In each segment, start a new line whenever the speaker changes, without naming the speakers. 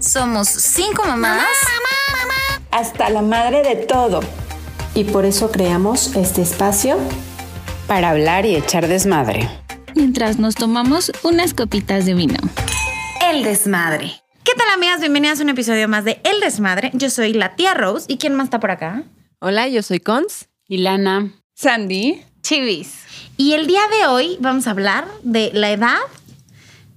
Somos cinco mamás.
hasta la madre de todo.
Y por eso creamos este espacio
para hablar y echar desmadre.
mientras nos tomamos unas copitas de vino.
El desmadre. ¿Qué tal, amigas? Bienvenidas a un episodio más de El desmadre. Yo soy la tía Rose. ¿Y quién más está por acá?
Hola, yo soy Cons.
Ilana,
Sandy.
Chivis. Y el día de hoy vamos a hablar de la edad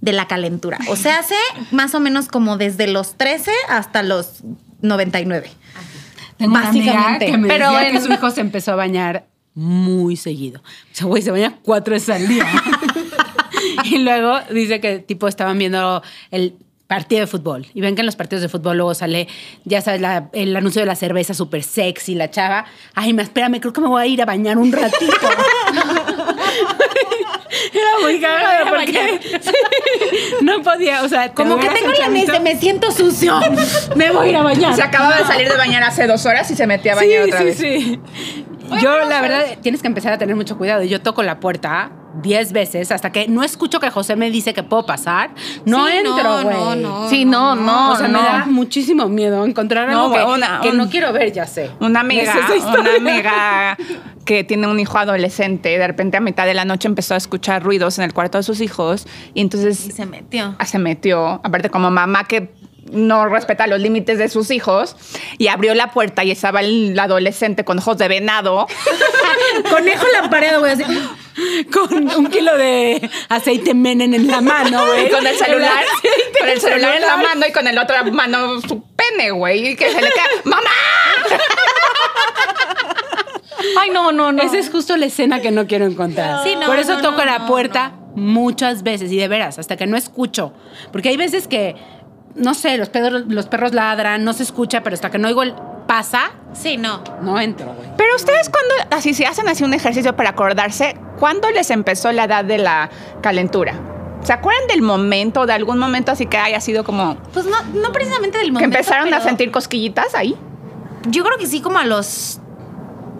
de la calentura. O sea, hace más o menos como desde los 13 hasta los 99.
Tengo una amiga
Básicamente,
que me
pero
decía
bueno.
que su hijo se empezó a bañar muy seguido. O sea, güey, se baña cuatro veces al día. y luego dice que tipo estaban viendo el partido de fútbol. Y ven que en los partidos de fútbol luego sale, ya sabes, la- el anuncio de la cerveza súper sexy, la chava. Ay, me espérame, creo que me voy a ir a bañar un ratito. Era muy cagado porque sí, no podía, o sea,
Como que tengo la mente, me siento sucio.
me voy a ir a bañar.
Se acababa de salir de bañar hace dos horas y se metía a bañar otra vez.
sí. Yo, la verdad, tienes que empezar a tener mucho cuidado. Yo toco la puerta 10 veces hasta que no escucho que José me dice que puedo pasar. No
Sí, no,
entro, güey.
no, no.
Sí, no, no,
O sea, me da
no.
muchísimo miedo encontrar
No,
algo que,
una-
que
un-
no quiero ver, ya sé.
Una amiga,
Esa es la
una
historia.
amiga que tiene un hijo adolescente, de repente a mitad de la noche empezó a escuchar ruidos en el cuarto de sus hijos y entonces
Y se metió.
ah, se metió, aparte como mamá que no respeta los límites de sus hijos, y abrió la puerta y estaba el adolescente con ojos de venado.
Conejo lampareado, güey, así. Con un kilo de aceite menen en la mano, güey.
Y con el celular,
aceite
con el celular en la
menen.
mano y con el otra mano su pene, güey, y que se le queda, ¡mamá!
Ay, no, no, no.
Esa es justo la escena que no quiero encontrar.
Sí, no,
Por eso
no,
toco
no,
la
no,
puerta muchas veces y de veras, hasta que no escucho. Porque hay veces que, no sé, los perros, los perros ladran, no se escucha, pero hasta que no oigo el pasa,
Sí, no.
no entro, güey.
Pero ustedes cuando, así si hacen así un ejercicio para acordarse, ¿cuándo les empezó la edad de la calentura? ¿Se acuerdan del momento, de algún momento así que haya sido como
Pues no, no precisamente del
que
momento.
empezaron a
pero
sentir cosquillitas ahí?
Yo creo que sí, como a los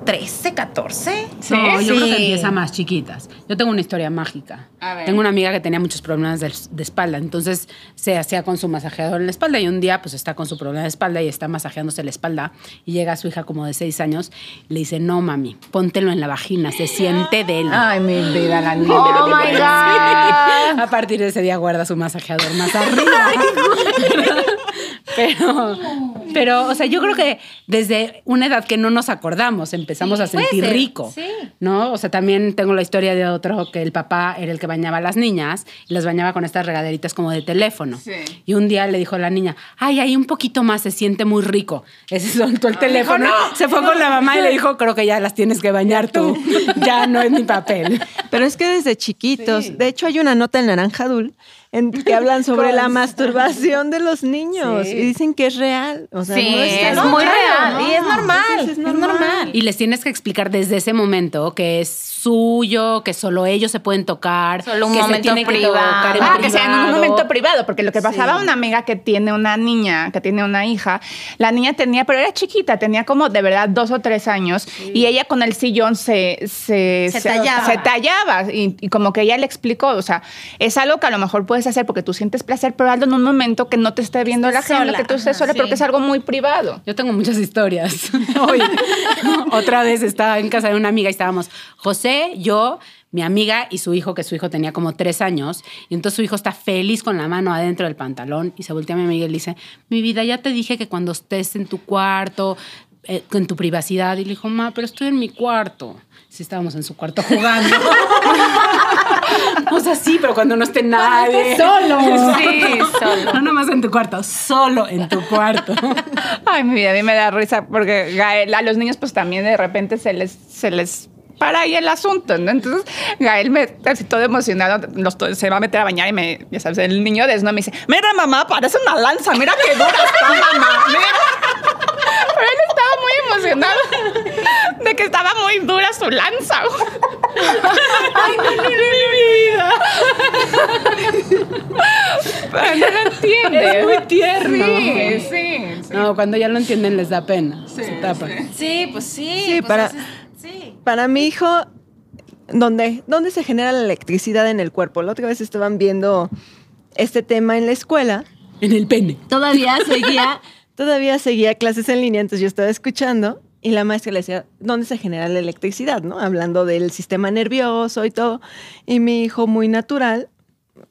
13, 14.
No, yo creo
Sí.
que empieza más chiquitas. Yo tengo una historia mágica.
A ver.
Tengo una amiga que tenía muchos problemas de, de espalda, entonces se hacía con su masajeador en la espalda y un día pues está con su problema de espalda y está masajeándose la espalda y llega su hija como de seis años y le dice, no mami, póntelo en la vagina, se siente de él.
Ay, mi vida, la niña.
Oh my
Ah.
God. A partir de ese día guarda su masajeador más arriba. pero, pero, o sea, yo creo que desde una edad que no nos acordamos empezamos
Sí,
a
puede
sentir
ser,
rico.
sí.
¿No? O sea, también tengo la historia de otro que el papá era el que bañaba a las niñas y las bañaba con estas regaderitas como de teléfono.
Sí.
Y un día le dijo a la niña, ay, ahí un poquito más, se siente muy rico. Ese soltó el teléfono, se fue con la mamá y le dijo, creo que ya las tienes que bañar tú. ya no es mi papel.
Pero es que desde chiquitos, de hecho hay una nota en Naranja Dul en que hablan sobre la masturbación de los niños
Sí.
y dicen que es real. O sea,
Sí,
no
es
tan
muy
malo,
real,
¿no?
y es normal, es
Entonces,
normal.
Y les tienes que explicar desde ese momento que es suyo, que solo ellos se pueden tocar,
Solo un
que
momento
se tiene
privado.
que tocar en
Ah, que sea en un
privado.
momento privado, porque lo que pasaba una amiga que tiene una niña, que tiene una hija, la niña tenía, pero era chiquita, tenía como de verdad dos o tres años, y ella con el sillón se, se,
Se tallaba.
se tallaba, y, y como que ella le explicó, o sea, es algo que a lo mejor puedes hacer porque tú sientes placer, pero hazlo en un momento que no te esté viendo la
estés
gente,
sola.
que tú estés
Ajá,
sola,
sí.
porque es algo muy privado.
Yo tengo muchas historias. Hoy, otra vez estaba en casa de una amiga y estábamos José, yo, mi amiga y su hijo, que su hijo tenía como tres años. Y entonces su hijo está feliz con la mano adentro del pantalón y se voltea a mi amiga y le dice, mi vida, ya te dije que cuando estés en tu cuarto, eh, con tu privacidad. Y le dijo, ma, pero estoy en mi cuarto. Sí, estábamos en su cuarto jugando. o sea, sí, pero cuando no esté nadie. solo.
Sí, solo.
No nomás en tu cuarto, solo en tu cuarto.
Ay, mi vida, a mí me da risa porque Gael, a los niños pues también de repente se les, se les para ahí el asunto, ¿no? Entonces Gael me, así todo emocionado, los to- se va a meter a bañar y me, ya sabes, el niño desnudo me dice, mira mamá, parece una lanza, mira qué dura está mamá, mira". Pero él estaba muy emocionado de que estaba muy dura su lanza. Ay, no, no, mi vida. Pero no lo entiende.
Es muy tierno.
Sí, sí. sí.
No, cuando ya lo entienden les da pena. se tapan.
Sí, pues sí.
Sí,
pues
para-
haces- sí.
Para mi hijo, ¿dónde, ¿dónde se genera la electricidad en el cuerpo? La otra vez estaban viendo este tema en la escuela
en el pene.
Todavía seguía.
Todavía seguía clases en línea, entonces yo estaba escuchando y la maestra le decía, ¿dónde se genera la electricidad? ¿no? Hablando del sistema nervioso y todo. Y mi hijo, muy natural,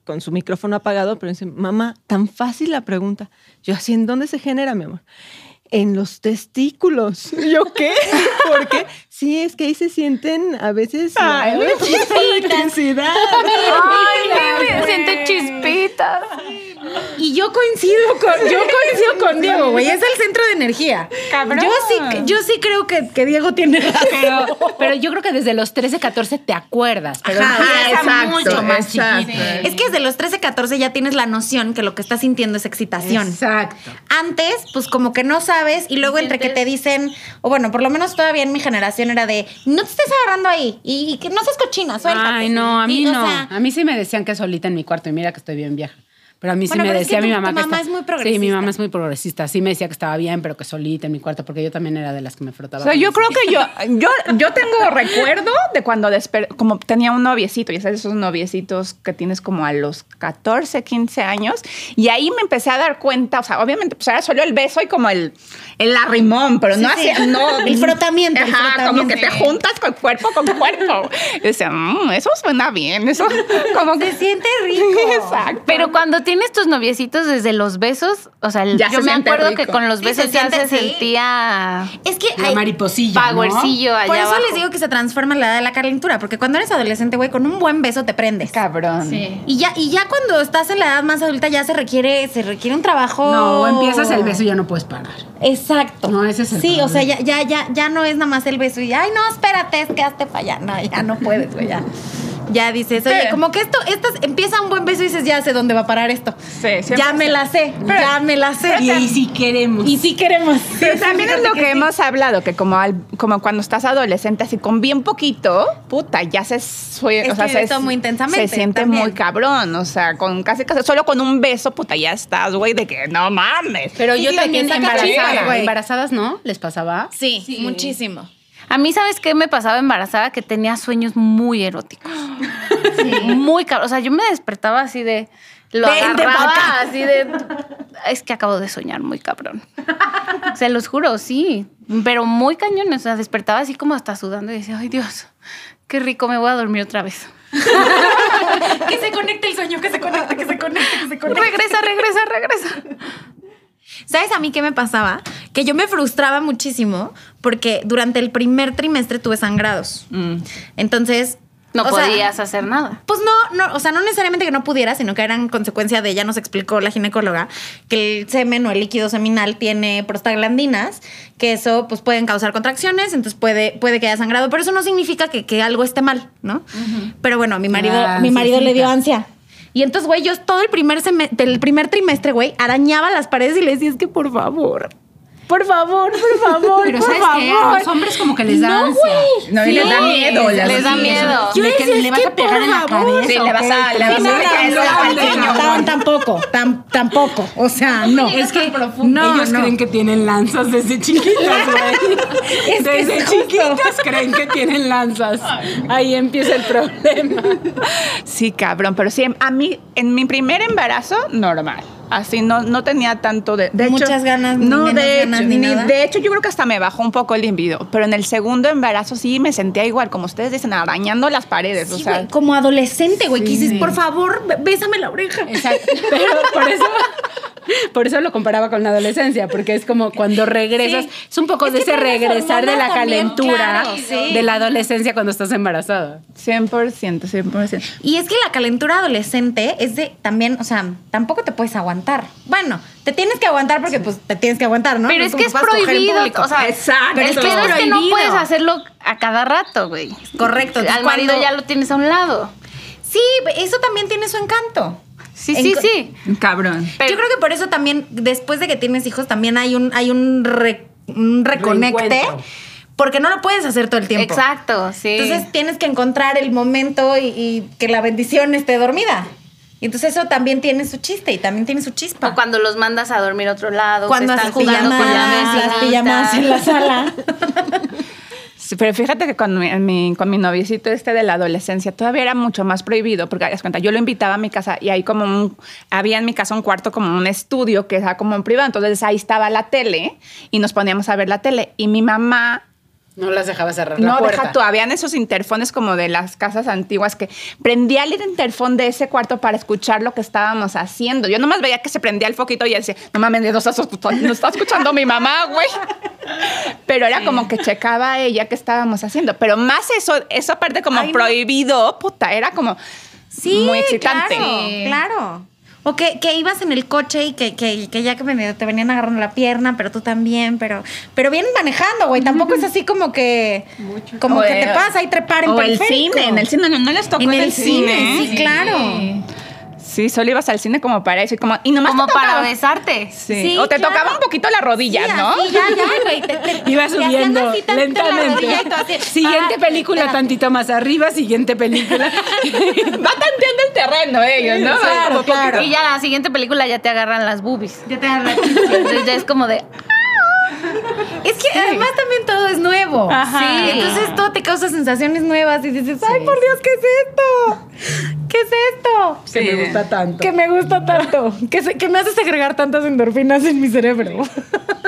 con su micrófono apagado, pero dice, mamá, tan fácil la pregunta. Yo así, ¿en dónde se genera, mi amor? En los testículos. Y ¿Yo qué? ¿Por qué? Sí, es que ahí se sienten a veces
Ay,
la
güey.
electricidad.
Ay, siente chispitas.
Y yo coincido con, yo coincido con Diego, güey. Es el centro de energía.
Cabrón.
Yo sí, yo sí creo que, que Diego tiene razón.
Pero, pero yo creo que desde los 13, 14 te acuerdas. Pero
Ajá,
empieza
Ah, exacto,
mucho más
exacto.
chiquito.
Es que desde los 13, 14 ya tienes la noción que lo que estás sintiendo es excitación.
Exacto.
Antes, pues como que no sabes y luego entre que te dicen, o bueno, por lo menos todavía en mi generación era de, no te estés agarrando ahí y, y que no seas cochina, suéltate.
Ay, no, a mí
Y, o
no.
sea,
a mí sí me decían que solita en mi cuarto y mira que estoy bien vieja. Pero a mí
Bueno,
sí me
pero es que
decía
tu-
mi mamá
tu
que
mamá
está-
es muy progresista.
Sí, mi mamá es muy progresista. Sí me decía que estaba bien, pero que solita en mi cuarto, porque yo también era de las que me
O
frotaba.
sea,
con
yo
mis-
creo que yo, yo, yo tengo recuerdo de cuando desper- como tenía un noviecito, ya sabes, esos noviecitos que tienes como a los 14, 15 años, y ahí me empecé a dar cuenta, o sea, obviamente, pues era solo el beso y como el, el arrimón, pero no
Sí,
hacía,
sí.
no.
El frotamiento, el
Ajá, como
frotamiento.
que te juntas con cuerpo con cuerpo. Y decía, "Mm, eso suena bien, eso como que.
se siente rico.
Exacto.
Pero cuando tienes tus noviecitos desde los besos, o sea, el-
Ya
yo
se
me
siente
acuerdo
rico.
que con los
Sí,
besos
se
ya
siente,
se
sí.
sentía
Es que
La
hay-
mariposilla. ¿no?
powercillo allá
por eso
abajo.
les digo que se transforma la edad de la calentura, porque cuando eres adolescente, güey, con un buen beso te prendes.
Cabrón.
Y ya, y ya cuando estás en la edad más adulta ya se requiere, se requiere un trabajo.
No, o empiezas el beso y ya no puedes parar.
Exacto.
No, ese es el
Sí, o
problema.
sea, ya, ya, ya, ya no es nada más el beso y ay no, espérate, es que hazte para allá. No, ya no puedes, güey. Ya. Ya dices, oye,
Pero-
como que esto, estas, empieza un buen beso y dices, ya sé dónde va a parar esto.
Sí, siempre
ya me
sé.
la sé, ya me la sé.
si queremos.
Y sí queremos.
Pero también es lo que, hemos hablado, que como, al- como cuando estás adolescente, así con bien poquito, puta, ya se suele.
Es que
se,
todo muy intensamente,
Se siente
también.
muy cabrón, o sea, con casi, casi, solo con un beso, puta, ya estás, güey, de que no mames.
Pero yo también
saca chispas,
embarazada.
güey.
¿Embarazadas no? ¿Les pasaba?
Sí, muchísimo.
A mí, ¿sabes qué me pasaba embarazada? Que tenía sueños muy eróticos. Muy caros. O sea, yo me despertaba así de. Lo
Vente pa' acá.
agarraba así de. Es que acabo de soñar muy cabrón. Se los juro, sí. Pero muy cañón. O sea, despertaba así como hasta sudando y decía, ay Dios, qué rico, me voy a dormir otra vez.
Que se conecte el sueño, que se conecte, que se conecte, que se conecte.
Regresa, regresa, regresa.
¿Sabes a mí qué me pasaba? Que yo me frustraba muchísimo porque durante el primer trimestre tuve sangrados. Entonces.
Mm. No
o sea,
podías hacer nada.
pues no, no, o sea, no necesariamente que no pudiera, sino que eran consecuencia de, ya nos explicó la ginecóloga, que el semen o el líquido seminal tiene prostaglandinas, que eso pues pueden causar contracciones, entonces puede, puede que haya sangrado, pero eso no significa que, que algo esté mal, ¿no? Pero bueno, a mi marido,
Ah,
mi
sí,
marido
sí,
le dio
ya.
ansia. Y entonces, güey, yo todo el primer, seme- del primer trimestre, güey, arañaba las paredes y le decía, es que por favor, por favor, por favor,
Pero
por
¿sabes qué?
favor".
A los hombres como que les da
No,
ansia.
güey.
No, y les da miedo,
les,
les
da
da
miedo.
miedo.
Yo
De que
decía, es
le vas
que
a pegar
por
en la
favor.
cabeza.
Sí, le
¿o
vas
qué?
a- le vas a
Sí,
No,
pegar
no,
en la
no,
cabeza.
no, no,
tan,
no.
tampoco, tan, tampoco. O sea, no.
Es que ellos creen que tienen lanzas desde chiquitas, güey. Desde chiquitas creen que tienen lanzas. Ahí empieza el problema.
Sí, cabrón, pero sí, a mí, en mi primer embarazo, normal. Así no, no tenía tanto de, de
Muchas
hecho-
ganas, ni
no,
menos
de
ganas,
hecho,
ni nada.
De hecho, yo creo que hasta me bajó un poco el libido, pero en el segundo embarazo sí me sentía igual, como ustedes dicen, arañando las paredes. o
Sí,
sea,
güey, como adolescente, güey, que
Sí.
dices, por favor, b- bésame la oreja.
Exacto. Pero por eso, por eso lo comparaba con la adolescencia, porque es como cuando regresas,
Sí.
es un poco
Es
de
que
ese
traes
regresar de la
hormonas también,
calentura
claro, sí.
de la adolescencia cuando estás embarazada.
100%, 100%.
Y es que la calentura adolescente es de también, o sea, tampoco te puedes aguantar. Bueno, te tienes que aguantar porque pues te tienes que aguantar, ¿no?
Pero
No
es
como
que es
puedas coger en
prohibido.
público.
O sea,
Exacto.
el
Pero
pedo es que no
prohibido.
puedes hacerlo a cada rato, güey.
Correcto.
Al marido
cuando-
ya lo tienes a un lado.
Sí, eso también tiene su encanto.
Sí,
En
sí,
co-
sí.
Cabrón.
Pero-
Yo creo que por eso también, después de que tienes hijos, también hay un, hay un, re- un reconecte.
Reencuentro.
Porque no lo puedes hacer todo el tiempo.
Exacto, sí.
Entonces tienes que encontrar el momento y, y que la bendición esté dormida. Y entonces eso también tiene su chiste y también tiene su chispa.
o cuando los mandas a dormir a otro lado,
Cuando
se
haces
están jugando con la
pijamadas, las
vecinita.
pijamadas en la sala.
Sí, pero fíjate que con mi, mi- con mi noviecito este de la adolescencia todavía era mucho más prohibido, porque das cuenta, yo lo invitaba a mi casa y ahí como un- había en mi casa un cuarto como un estudio que era como un privado, entonces ahí estaba la tele y nos poníamos a ver la tele y mi mamá
No las dejaba cerrar la
no,
puerta.
deja tú, habían esos interfones como de las casas antiguas que prendía el interfón de ese cuarto para escuchar lo que estábamos haciendo. Yo nomás veía que se prendía el foquito y decía, no mames, no está, no está escuchando mi mamá, güey. Pero era como que checaba a ella qué estábamos haciendo. Pero más eso, esa parte como
Ay, no.
prohibido, puta, era como
Sí,
muy excitante.
Claro, claro. O que, que ibas en el coche y que, que, que ya que me- te venían agarrando la pierna, pero tú también, pero pero vienen manejando, güey. Tampoco es así como que como
O
que
el-
te pasa y trepar en
O el
periférico.
cine, en el cine, no, no les tocó
En el cine, sí, claro.
Sí, solo ibas al cine como para eso y como, y nomás
Como
te
para
tocaba-
besarte.
Sí,
Sí,
o te
claro.
tocaba un poquito las rodillas,
Sí,
¿no?
así, ya, ya, güey. Te- te-
Iba
te hacían
subiendo
así tantito la rodilla y tú así,
lentamente. Siguiente
ah,
película,
espérate.
tantito más arriba, siguiente película.
Va tanteando el terreno ellos, ¿no?
Claro, claro.
Y ya la siguiente película ya te agarran las boobies. Ya te agarran. Entonces ya es como de.
Es que además también todo es nuevo. Sí. Entonces todo te causa sensaciones nuevas y dices, ay, por Dios, ¿qué es esto? ¿Qué es esto?
que me gusta tanto.
Que me gusta tanto, que, se- que me hace segregar tantas endorfinas en mi cerebro.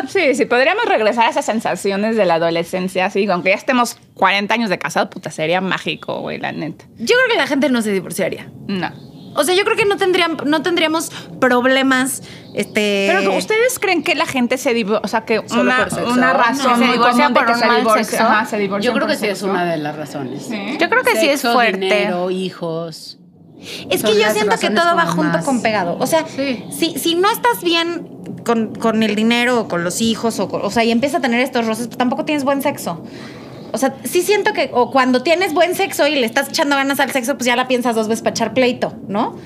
Sí, sí, podríamos regresar a esas sensaciones de la adolescencia, así, aunque ya estemos 40 años de casado, puta, sería mágico, güey, la neta.
Yo creo que la gente no se divorciaría. Eh,
No.
O sea, yo creo que no, tendrían, no tendríamos problemas. Este,
Pero ¿ustedes creen que la gente se divorcia? O sea, que una,
por sexo.
una
No,
se
razón muy
divorcia
común de
por
que
un
se
mal
divorcia-
sexo.
Ajá, se divorcia
Yo creo que sí es
eso.
una de las razones.
¿Eh?
Yo creo que sí es
Sexo,
fuerte.
dinero, hijos.
Es que
Son
yo
las
siento que
razones
todo va
como
junto
más-
con pegado. O sea,
Sí.
si, si no estás bien con, con el dinero o con los hijos, o, con- o sea, y empiezas a tener estos roces, pues tampoco tienes buen sexo. O sea, sí siento que o cuando tienes buen sexo y le estás echando ganas al sexo, pues ya la piensas dos veces para echar pleito, ¿no?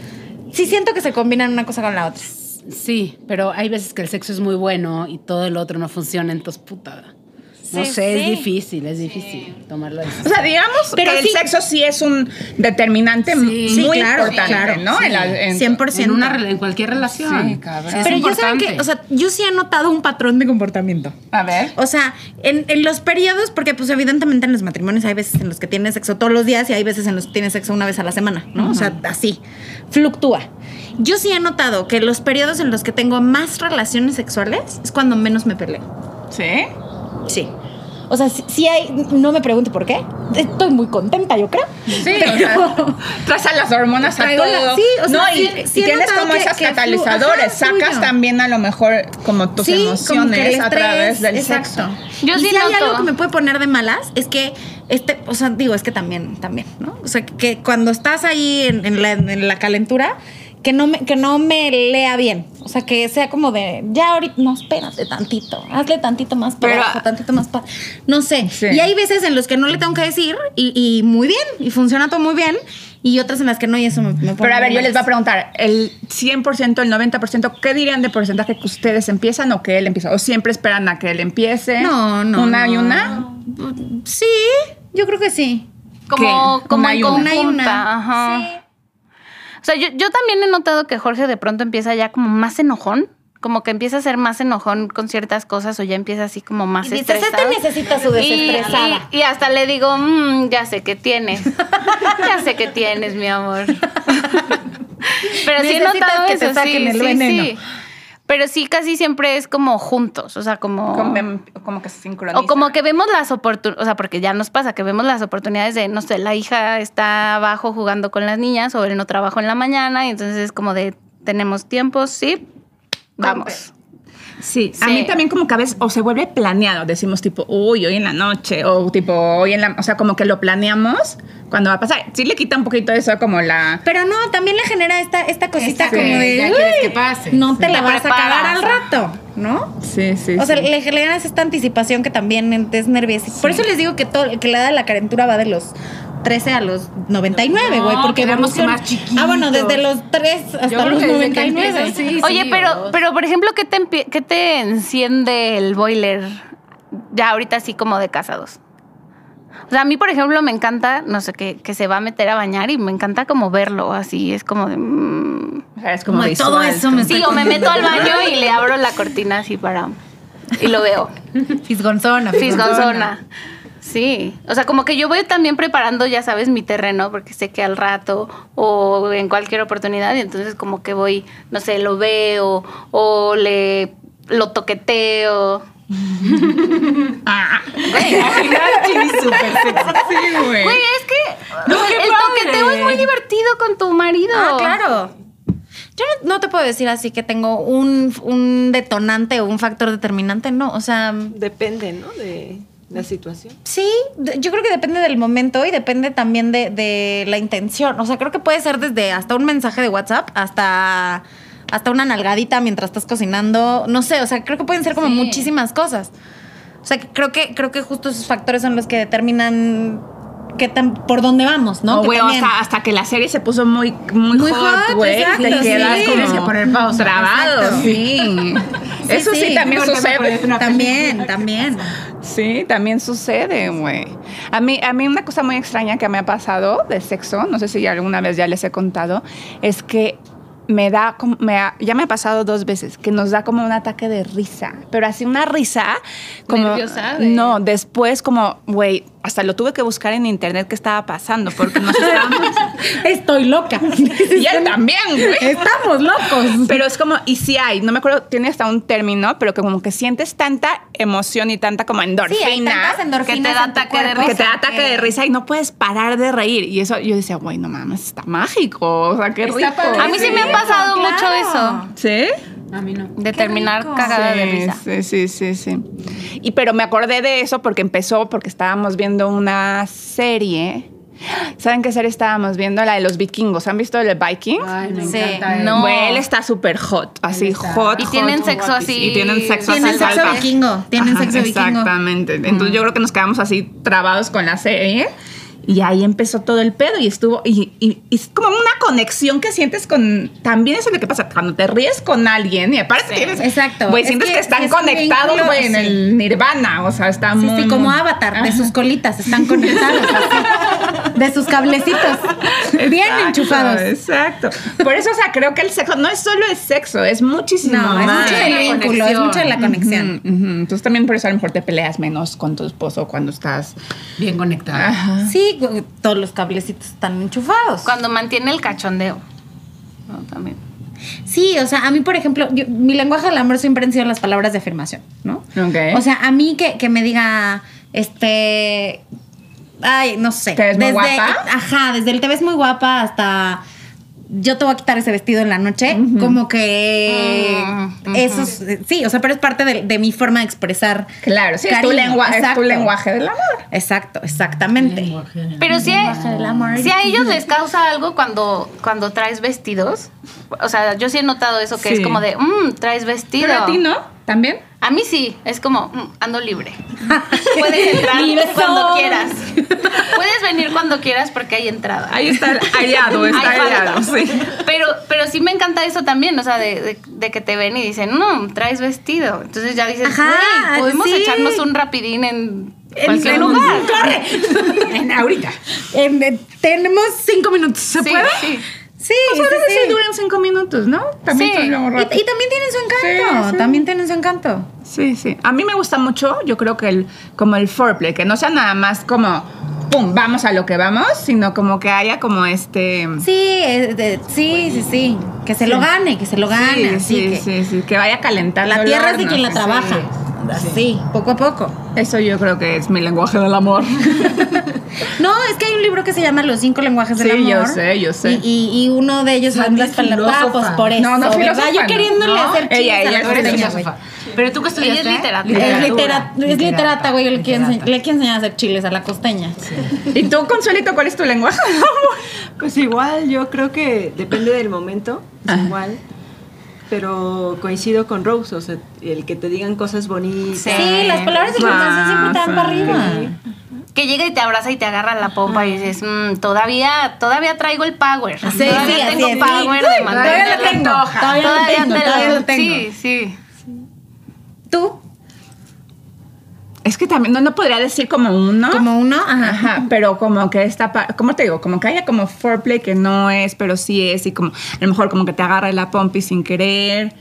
Sí siento que se combinan una cosa con la otra.
Sí, pero hay veces que el sexo es muy bueno y todo el otro no funciona, entonces puta. No
Sí,
sé, es
sí.
difícil, es difícil tomarlo
O sea, digamos
Pero
que
sí-
el sexo sí es un determinante
Sí,
muy
claro,
importante,
claro,
¿no?
sí.
En la- en-
100%.
En, una, rela- en cualquier relación.
Sí, cabrón.
Sí, es
Pero yo saben
importante.
que, o sea, yo sí he notado un patrón de comportamiento.
A ver.
O sea, en, en los periodos, porque pues evidentemente en los matrimonios hay veces en los que tienes sexo todos los días y hay veces en los que tienes sexo una vez a la semana, ¿no? O sea, así, fluctúa. Yo sí he notado que los periodos en los que tengo más relaciones sexuales es cuando menos me peleo.
¿Sí?
Sí. O sea, sí, sí hay, no me pregunte por qué, estoy muy contenta, yo creo.
Sí, o sea, traes a las hormonas a
Traigo
todo.
la- sí, o sea,
no,
sí-
y,
sí
y
he
tienes
notado
como
que-
esas
que flu-
catalizadores,
ajá,
sacas
fluyo.
también a lo mejor como tus
sí, como que el
emociones a
estrés,
través del
exacto.
sexo.
Yo
y
sí
si hay
noto.
algo que me puede poner de malas es que este, o sea, digo, es que también, también, ¿no? O sea, que cuando estás ahí en, en la, en la calentura, que no, me, que no me lea bien. O sea, que sea como de, ya ahorita, no, espérate tantito, hazle tantito más para
Pero-
abajo, tantito más para... No sé.
Sí.
Y hay veces en los que no le tengo que decir y, y muy bien, y funciona todo muy bien, y otras en las que no, y eso me, me pone
Pero a ver,
de
yo les voy a
malas.
preguntar, el 100%, el 90%, ¿qué dirían de porcentaje que ustedes empiezan o que él empieza? ¿O siempre esperan a que él empiece?
No, no.
¿Una y
no.
una?
Sí, yo creo que sí.
Como,
¿Qué?
como
Una
en
y una.
conjunta.
Una y una.
Ajá.
Sí.
O sea, yo, yo también he notado que Jorge de pronto empieza ya como más enojón. Como que empieza a ser más enojón con ciertas cosas o ya empieza así como más
Y dices,
estresado.
"Este necesita su
Y-
desestresada".
Y, y hasta le digo, "Mm, ya sé que tienes. ya sé que tienes, mi amor. Pero sí he
Necesitas
notado
que
eso,
te saquen
sí,
el
sí,
veneno.
sí. Pero sí, casi siempre es como juntos, o sea, como...
Como, como que se sincroniza.
O como que vemos las oportunidades, o sea, porque ya nos pasa que vemos las oportunidades de, no sé, la hija está abajo jugando con las niñas o él no trabajo en la mañana y entonces es como de, tenemos tiempo, sí, vamos.
Sí, a
Sí.
mí también como que a veces o se vuelve planeado, decimos tipo, uy, hoy en la noche, o tipo, hoy en la... O sea, como que lo planeamos cuando va a pasar. Sí le quita un poquito eso como la...
Pero no, también le genera esta, esta cosita
Esta,
como
sí,
de.
Este, ya quieres
"Uy,
que pase".
No te
Te
la vas a
preparas.
acabar al rato, ¿no?
Sí, sí.
O sea,
sí.
le generas esta anticipación que también es nerviosa. Por eso les digo que todo, que la edad de la calentura va de los 13 a los 99, güey.
No,
porque
quedamos que
evoluciona.
más chiquitos.
Ah, bueno, desde los 3 hasta
creo
los
que desde que
99.
empiezas, sí.
Oye, pero,
o-
pero por ejemplo, ¿qué te, empie- ¿qué te enciende el boiler ya ahorita así como de casados? O sea, a mí, por ejemplo, me encanta, no sé, que, que se va a meter a bañar y me encanta como verlo así, es como de... mm.
O sea, es como,
Como
visual.
todo eso me-
Sí, o me meto al baño y le abro la cortina así para... Y lo veo.
Fisgonzona.
Fisgonzona. Sí, o sea, como que yo voy también preparando, ya sabes, mi terreno, porque sé que al rato o en cualquier oportunidad, y entonces como que voy, no sé, lo veo o le lo toqueteo.
güey.
Güey, es que
Eh, No,
o sea,
qué
el
padre.
toqueteo es muy divertido con tu marido.
Ah, claro. Yo no, no te puedo decir así que tengo un, un detonante o un factor determinante, no. O sea,
Depende, ¿no? De la situación.
sí, de- yo creo que depende del momento y depende también de, de la intención. O sea, creo que puede ser desde hasta un mensaje de WhatsApp hasta, hasta una nalgadita mientras estás cocinando. No sé, o sea, creo que pueden ser como
Sí.
muchísimas cosas. O sea, que creo que, creo que justo esos factores son los que determinan qué tan, por dónde vamos, ¿no?
No,
Que
güey,
también-
hasta, hasta que la serie se puso muy, muy,
Muy hot,
hot, güey.
exacto,
Te quedas
sí.
tienes que poner pausa. Trabado.
Exacto.
Sí. Eso sí,
sí.
también
Ahorita
sucede.
También, también.
Sí, también sucede, güey. A mí, a mí una cosa muy extraña que me ha pasado de sexo, no sé si ya alguna vez ya les he contado, es que me da, como- me ha- ya me ha pasado dos veces, que nos da como un ataque de risa, pero así una risa como...
Nerviosa, de-
No, después como, güey, hasta lo tuve que buscar en internet qué estaba pasando, porque nos estábamos...
Estoy loca.
y él también, güey.
Estamos locos.
Pero es como, y si hay, no me acuerdo, tiene hasta un término, pero que como que sientes tanta emoción y tanta como endorfina.
Sí, hay tantas endorfinas
que te da
en tu
ataque de
cuerpo
Que te da
que-
ataque de risa y no puedes parar de reír. Y eso yo decía, güey, no mames, está mágico. O sea, qué rico.
A mí sí me ha pasado
claro.
mucho eso,
¿Sí?
A mí no.
de terminar cagada de risa.
Sí, sí, sí, sí. Y pero me acordé de eso porque empezó porque estábamos viendo una serie. ¿Saben qué serie estábamos viendo? La de los vikingos. ¿Han visto el de Vikings?
Ay, me
Sí,
encanta. él.
no.
Güey, él está súper hot, así
está-
hot.
Y
hot,
tienen sexo
guapísimo.
así.
Y tienen sexo
Tienen
así
sexo
salvaje.
vikingo, tienen
Ajá,
sexo vikingo. Mm.
Exactamente. Entonces yo creo que nos quedamos así trabados con la serie. Y ahí empezó todo el pedo y estuvo. Y, y- y es como una conexión que sientes con. También eso es lo que pasa cuando te ríes con alguien. Y aparte tienes.
exacto.
Güey,
Es
sientes
que
que, están
es un
conectados,
vínculo,
güey, en
sí.
el nirvana. O sea, está
Sí,
muy.
sí, como
muy-
avatar, de sus colitas están conectados. así, de sus cablecitos. Bien
Exacto,
enchufados.
Exacto. Por eso, o sea, creo que el sexo no es solo el sexo, es muchísimo
No, es
más.
mucho del vínculo, es mucho de la conexión.
Ujú, ujú. Entonces también por eso a lo mejor te peleas menos con tu esposo cuando estás...
Bien conectada.
Ajá.
Sí, gu- todos los cablecitos están enchufados.
Cuando mantiene el cachondeo. No, también.
Sí, o sea, a mí, por ejemplo, yo- mi lenguaje del amor siempre han sido las palabras de afirmación, ¿no?
Ok.
O sea, a mí que, que me diga, este. Ay, no sé.
¿Te ves muy
desde,
guapa?
Ajá, desde el te ves muy guapa hasta. Yo te voy a quitar ese vestido en la noche. Como que.
Ah,
Eso es- Sí, o sea, pero es parte de, de mi forma de expresar.
Claro, sí, es tu,
cariño,
lengua, es tu
exacto.
lenguaje del amor.
Exacto, exactamente.
Pero si a, si a ellos les causa algo cuando, cuando traes vestidos, o sea, yo sí he notado eso que es
Sí.
como de, mmm, traes vestido.
Pero a ti no, también.
A mí sí, es como, "Mm, ando libre. Puedes entrar cuando quieras. Puedes venir cuando quieras porque hay entrada.
Ahí está el hallado,
Hay
pues, está
falta.
hallado, sí.
Pero, pero sí me encanta eso también, o sea, de, de- de que te ven y dicen, no, traes vestido. Entonces ya dices,
Ajá,
"Güey, podemos
sí.
echarnos un rapidín en
En-
cualquier
en-
lugar.
ahorita.
En- eh, tenemos cinco minutos. ¿Se
Sí,
puede?
sí.
Sí, sí,
Pues a veces
sí.
sí duran cinco minutos, ¿no? También
Sí.
son luego
Y,
rápido.
y también tienen su encanto.
Sí, sí.
También tienen su encanto.
Sí, sí. A mí me gusta mucho, yo creo que el, como el foreplay, que no sea nada más como, pum, vamos a lo que vamos, sino como que haya como este...
Sí, eh, de- sí, sí, sí. Que se lo gane, que se lo gane. así
sí, sí,
que
sí, sí, que vaya calentando.
La
el
tierra es de
horno,
quien la
sí.
trabaja. Así, poco a poco.
Eso yo creo que es mi lenguaje del amor.
No, es que hay un libro que se llama Los cinco lenguajes del
Sí,
amor.
yo sé, yo sé.
Y, y- y uno de ellos son las palabras pues, por eso.
No, no,
¿verdad?
filósofa,
Yo
no.
queriéndole
No,
hacer chistes
ella-
a la
ella es
costeña,
filósofa.
güey.
Pero tú que estudiaste.
Ella es literata.
Es
Literatura,
litera- es literata, güey. Yo le quiero ense- le quiero enseñar a hacer chiles a la costeña.
¿Y tú, Consuelito, cuál es tu lenguaje del amor?
Pues igual, yo creo que depende del momento, es igual. Pero coincido con Rose, o sea, el que te digan cosas bonitas.
Sí, las palabras de información siempre te dan para arriba.
Que llega y te abraza y te agarra la pompa y dices, "Mm, todavía, todavía traigo el power.
Sí,
todavía
sí, así
tengo
es.
power
Sí,
de
todavía lo
mantenerla.
tengo, todavía lo tengo,
te
todavía lo tengo.
Sí, sí.
¿Tú?
Es que también, no, no podría decir como uno.
¿Como uno? Ajá.
¿Ah? Ajá, pero como que esta, pa- ¿cómo te digo? Como que haya como foreplay que no es, pero sí es, y como, a lo mejor como que te agarra la pompi sin querer,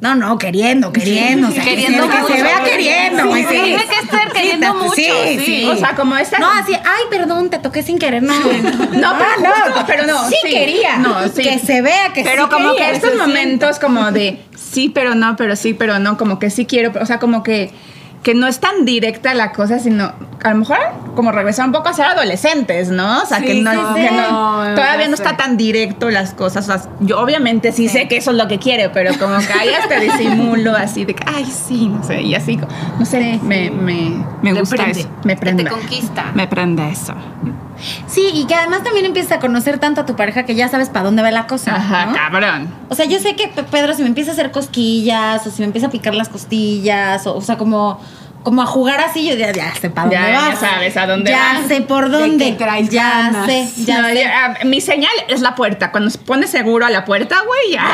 No, no, queriendo, queriendo. o sea,
Queriendo
que se- que se
mucho.
vea queriendo.
Sí,
güey,
sí, tiene que estar queriendo
ta-
mucho, sí.
O sea, como esta-
No, así, ay, perdón, te toqué sin querer. No,
No, pero justo, pero no,
Sí,
sí.
quería.
No, sí.
Que se vea que
Pero
sí
como
quería,
que estos
se
momentos como de sí, pero no, pero sí, pero no, como que sí quiero, pero- o sea, como que que no es tan directa la cosa, sino a lo mejor como regresar un poco a ser adolescentes, ¿no? O sea, que no,
sí,
que
sí.
no- todavía no está tan directo las cosas. O sea, yo obviamente sí, sé que eso es lo que quiero, pero como que ahí hasta disimulo así de que, ay, sí, no sé, y así, no sé, me, me, me
Te
gusta
prende,
eso. Me
que
prende.
te conquista.
Me prende eso.
Sí, y que además también empiezas a conocer tanto a tu pareja que ya sabes para dónde va la cosa.
Ajá,
¿no?
cabrón.
O sea, yo sé que Pe- Pedro, si me empieza a hacer cosquillas, o si me empieza a picar las costillas, o, o sea, como, como a jugar así, yo ya, ya sé para
Ya,
dónde
ya
vas.
sabes a dónde
Ya
vas.
sé por
que
dónde.
traes
ya
ganas.
sé, ya
No,
sé.
yo- ah, mi señal es la puerta. Cuando se pone seguro a la puerta, güey, ya.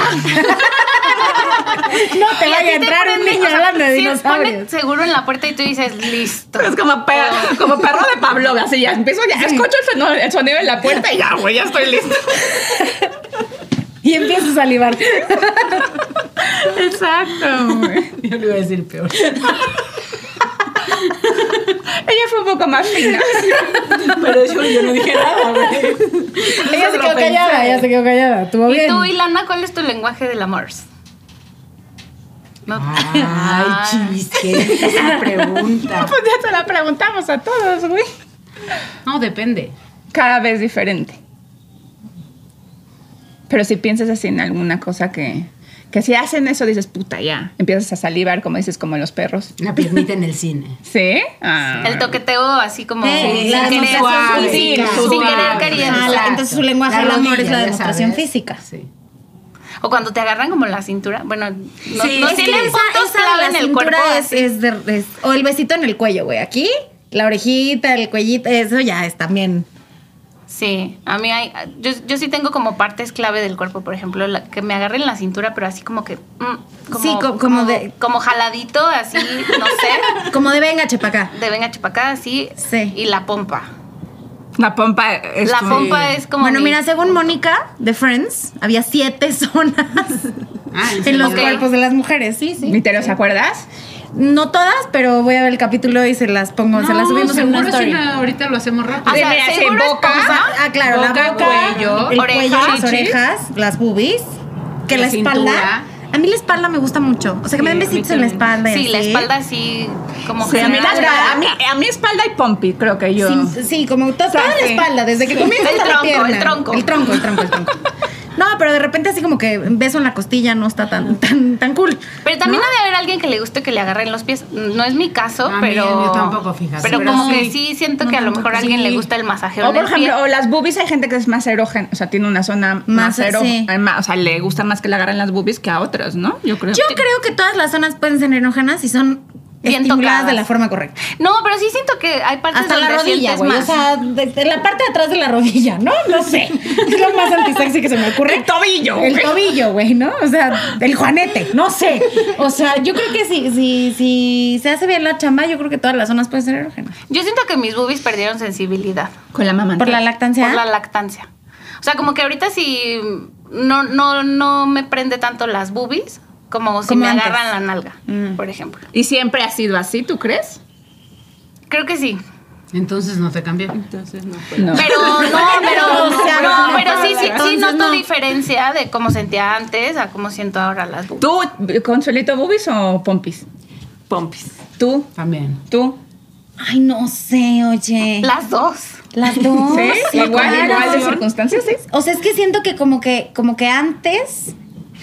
No te
Y a ti
vaya a
te
entrar un
prende,
niño
o sea,
hablando de
sí, pone
dinosaurios.
seguro en la puerta y tú dices, listo.
Es como, pe-
oh.
como perro de Pablo. Así ya empiezo, ya escucho el sonido, el sonido en la puerta y ya, güey, ya estoy listo.
Y empiezo a salivar.
Exacto, güey.
Yo le iba a decir peor.
Ella fue un poco más fina.
Pero yo, yo no dije nada, güey.
ella se quedó callada, ella se quedó callada. Estuvo
Y
bien.
tú, Ilana, ¿cuál es tu lenguaje del amor? No. Ah.
Ay, chis, qué esa pregunta.
Pues ya se la preguntamos a todos, güey.
No, depende.
Cada vez diferente. Pero si piensas así en alguna cosa que. Que si hacen eso, dices, puta, ya. Empiezas a salivar, como dices, como los perros.
La piernita en el cine.
¿Sí. Ah.
El toqueteo así como
Sí, la
sin, querer,
demostración
sin-
física.
sin
Suave.
querer queriendo.
Ah, la- entonces su lenguaje del amor es la
ya
demostración física.
Sí.
O cuando te agarran como la cintura. Bueno, no,
Sí,
no
es que
tienen
esa-
puntos
esa de
clave
la
en el
cintura
cuerpo.
es,
así.
es de- es- o el besito en el cuello, güey. Aquí, la orejita, el cuellito, eso ya es también.
Sí, a mí hay. Yo, yo sí tengo como partes clave del cuerpo, por ejemplo, la- que me agarren la cintura, pero así como que. mm, como,
Sí, co- como de-
como jaladito, así, no sé.
Como de venga, chepa acá.
De venga chupacá, así.
Sí.
Y la pompa.
La pompa es
la
un-
pompa es como.
bueno,
mi-
mira, según Mónica de Friends, había siete zonas
Ah,
en los
Ok.
cuerpos de las mujeres. Sí, sí.
¿Te los acuerdas?
No todas, pero voy a ver el capítulo y se las pongo, se las subimos en una Ah,
seguro
story.
si no, ahorita lo hacemos
O
rápido.
sea,
Mira, se
seguro es
boca,
O
pompa.
sea, ah, claro, la
Boca,
boca,
cuello,
el cuello,
orejas,
las
chichis.
orejas, las boobies, que la,
La
espalda.
cintura.
A mí la espalda me gusta mucho. O sea, que me den
Sí, a mí
besitos en la espalda. y
Sí, la
así.
espalda así como
Sí, a mí, la
general.
espalda, a, mí, a mí espalda y pompi, creo que yo.
Sí, sí, como to- toda la
sí.
espalda, desde que
El
comienza hasta la
tronco,
pierna.
el tronco.
El tronco, el tronco, el tronco. No, pero de repente así como que beso en la costilla no está tan, tan, tan cool.
Pero también ha de haber alguien que le guste que le agarren los pies. No es mi caso,
A mí,
pero.
yo tampoco, fíjate.
Pero
Pero
como
sí.
que sí siento que a lo mejor a alguien le gusta el masajeo.
O
en
por
el
ejemplo,
pie.
o las boobies hay gente que es más erógena, o sea, tiene una zona
Más,
más, erógena,
sí.
o sea, le gusta más que le agarren las boobies que a otras, ¿no? Yo creo.
Yo creo que todas las zonas pueden ser enógenas si son
Bien
estimuladas
tocadas.
de la forma correcta.
No, pero sí siento que hay partes
Hasta la
donde
rodilla,
sientes
güey. O
más.
sea, desde la parte de atrás de la rodilla, ¿no? No sé. Es lo más antisexy que se me ocurre.
El tobillo,
El
güey.
tobillo, güey, ¿no? O sea, el juanete, no sé. O sea, yo creo que si, si, si se hace bien la chamba, yo creo que todas las zonas pueden ser erógenas.
Yo siento que mis boobies perdieron sensibilidad
Con la mamá.
Por la lactancia.
por la lactancia. O sea, como que ahorita sí no, no, no me prende tanto las boobies como si
Como
me
antes.
agarran la nalga, por ejemplo.
¿Y siempre ha sido así, tú crees?
Creo que sí.
Entonces no te cambié.
pues,
No.
Pero no, pero
O sea,
no,
no,
pero sí, sí, sí
entonces
noto
no.
diferencia de cómo sentía antes a cómo siento ahora las boobies.
¿Tú, Consuelito, boobies o pompis?
Pompis.
Tú,
También.
tú.
Ay, no sé, oye.
Las dos.
Las dos.
¿Sí? Igual,
claro.
igual de circunstancias, sí.
O sea, es que siento que como que, como que antes,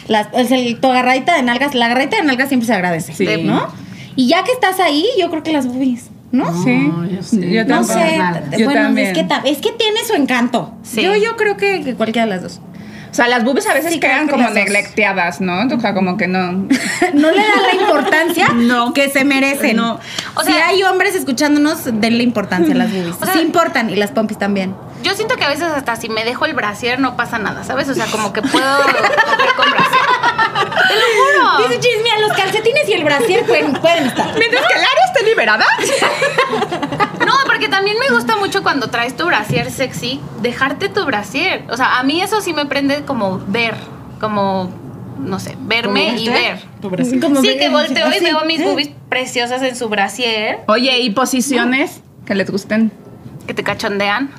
las, o sea, el- tu agarradita de nalgas, la agarradita de nalgas siempre se agradece,
Sí.
¿no? Y ya que estás ahí, yo creo que las boobies, ¿no?
No, yo sé.
Yo
No
tampoco.
sé,
Nada.
t-
Yo
bueno,
también.
es que, ta- es que tiene su encanto.
Sí.
Yo, yo creo que, que cualquiera de las dos.
O sea, las boobies a veces
Sí, creo
quedan
que
como
las dos.
neglecteadas, ¿no? O sea, como que no.
no le da la importancia
No.
que se merecen.
No.
O
si
sea-
hay hombres escuchándonos, denle importancia a las boobies.
O sea-
sí importan y las pompis también.
Yo siento que a veces hasta si me dejo el brasier no pasa nada, ¿sabes? O sea, como que puedo coger con brasier. Te lo juro.
Dice Chis, mira, los calcetines y el brasier pueden, pueden estar.
Mientras que el área esté liberada.
No, porque también me gusta mucho cuando traes tu brasier sexy, dejarte tu brasier. O sea, a mí eso sí me prende como ver, como no sé, verme
¿Este?
y ver.
Como
Sí,
ver-
que volteo y
así. ¿eh?
veo mis boobies preciosas en su brasier,
Oye, ¿y posiciones que les gusten?
que te cachondean.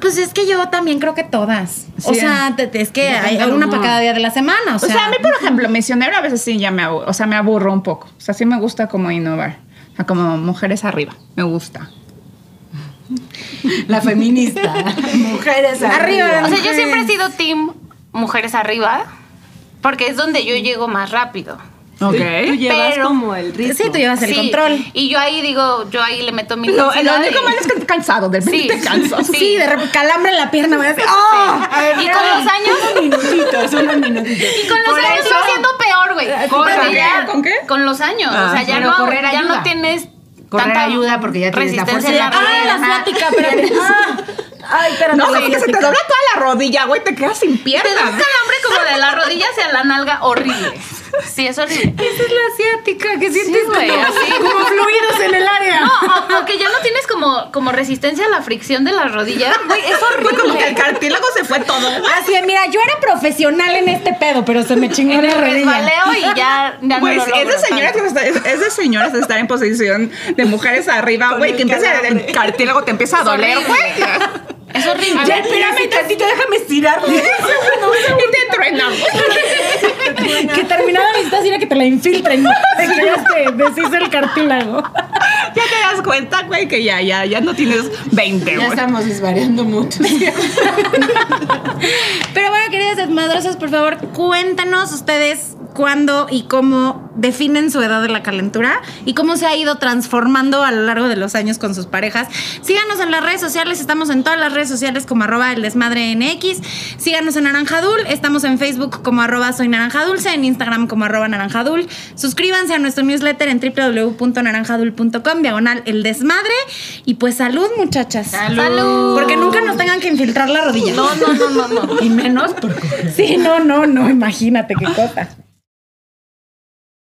Pues es que yo también creo que todas. O
Sí.
sea, te- te- es que hay
tengo
una
una.
para cada día de la semana. O
O sea,
sea,
a mí, por ejemplo, misionero a veces sí ya me aburro, o sea, me aburro un poco. O sea, sí me gusta como innovar. O sea, como mujeres arriba, me gusta.
La feminista. Mujeres arriba.
O sea, yo siempre he sido team mujeres arriba, porque es donde yo llego más rápido.
Ok.
Tú llevas
Pero-
como el ritmo.
sí, tú llevas el
Sí,
control.
Y yo ahí digo, yo ahí le meto mi
Lo, lo
intensidad
único
y-
malo es que te cansado, de repente
Sí.
te cansas.
Sí.
Sí, de repente calambre en la pierna. me hace, ¡ah!
Y con los años. Y con los
Por
años
eso-
va siendo peor, güey.
¿Con
Porque
qué?
ya-
¿Con qué?
Con los años. o sea, ya
pero
no,
correr
ya
ayuda.
no tienes.
Correr
tanta
ayuda porque ya tienes la
resistencia
fuerza
en
¡Ah, la
pierna.
asiática! Pero, ah, ay, espérate.
No,
la
es que se te
asiática.
dobla toda la rodilla, güey, te quedas sin
Te da un
piernas.
calambre como de la rodilla hacia la nalga horrible. Sí, es horrible.
Esa es la asiática que sientes
güey,
como,
así.
como fluidos en el área.
No, o, o que ya no tienes como, como resistencia a la fricción de las rodillas. Güey, es
Fue como que el
horrible.
cartílago se fue todo.
Así de, mira, yo era profesional en este pedo, pero se me chingó la
Me
rodilla.
resbaleo y ya, ya no
Pues
lo
es de
logro
señoras
tanto.
que está- es- es de señoras estar en posición de mujeres arriba, güey, que empieza el cartílago te empieza a doler, güey.
Es horrible.
Ya, espérame tantito, déjame estirarle. y te truena,
Que terminada necesitas ir a que te la infiltren. Te quedaste, deshice el cartílago.
Ya te das cuenta, güey, que ya, ya, ya no tienes 20, güey.
estamos desvariando mucho.
Pero bueno, queridas desmadrosas, por favor, cuéntanos ustedes cuándo y cómo definen su edad de la calentura y cómo se ha ido transformando a lo largo de los años con sus parejas. Síganos en las redes sociales, estamos en todas las redes sociales como arroba el desmadre NX. Síganos en Naranjadul, estamos en Facebook como arroba soy naranjadulce, en Instagram como arroba naranjadul. Suscríbanse a nuestro newsletter en www.naranjadul.com, diagonal el desmadre. Y pues salud, muchachas.
Salud.
Porque nunca nos tengan que infiltrar la rodilla.
No, no, no, no, no.
Sí, no, no, no, imagínate qué cosa.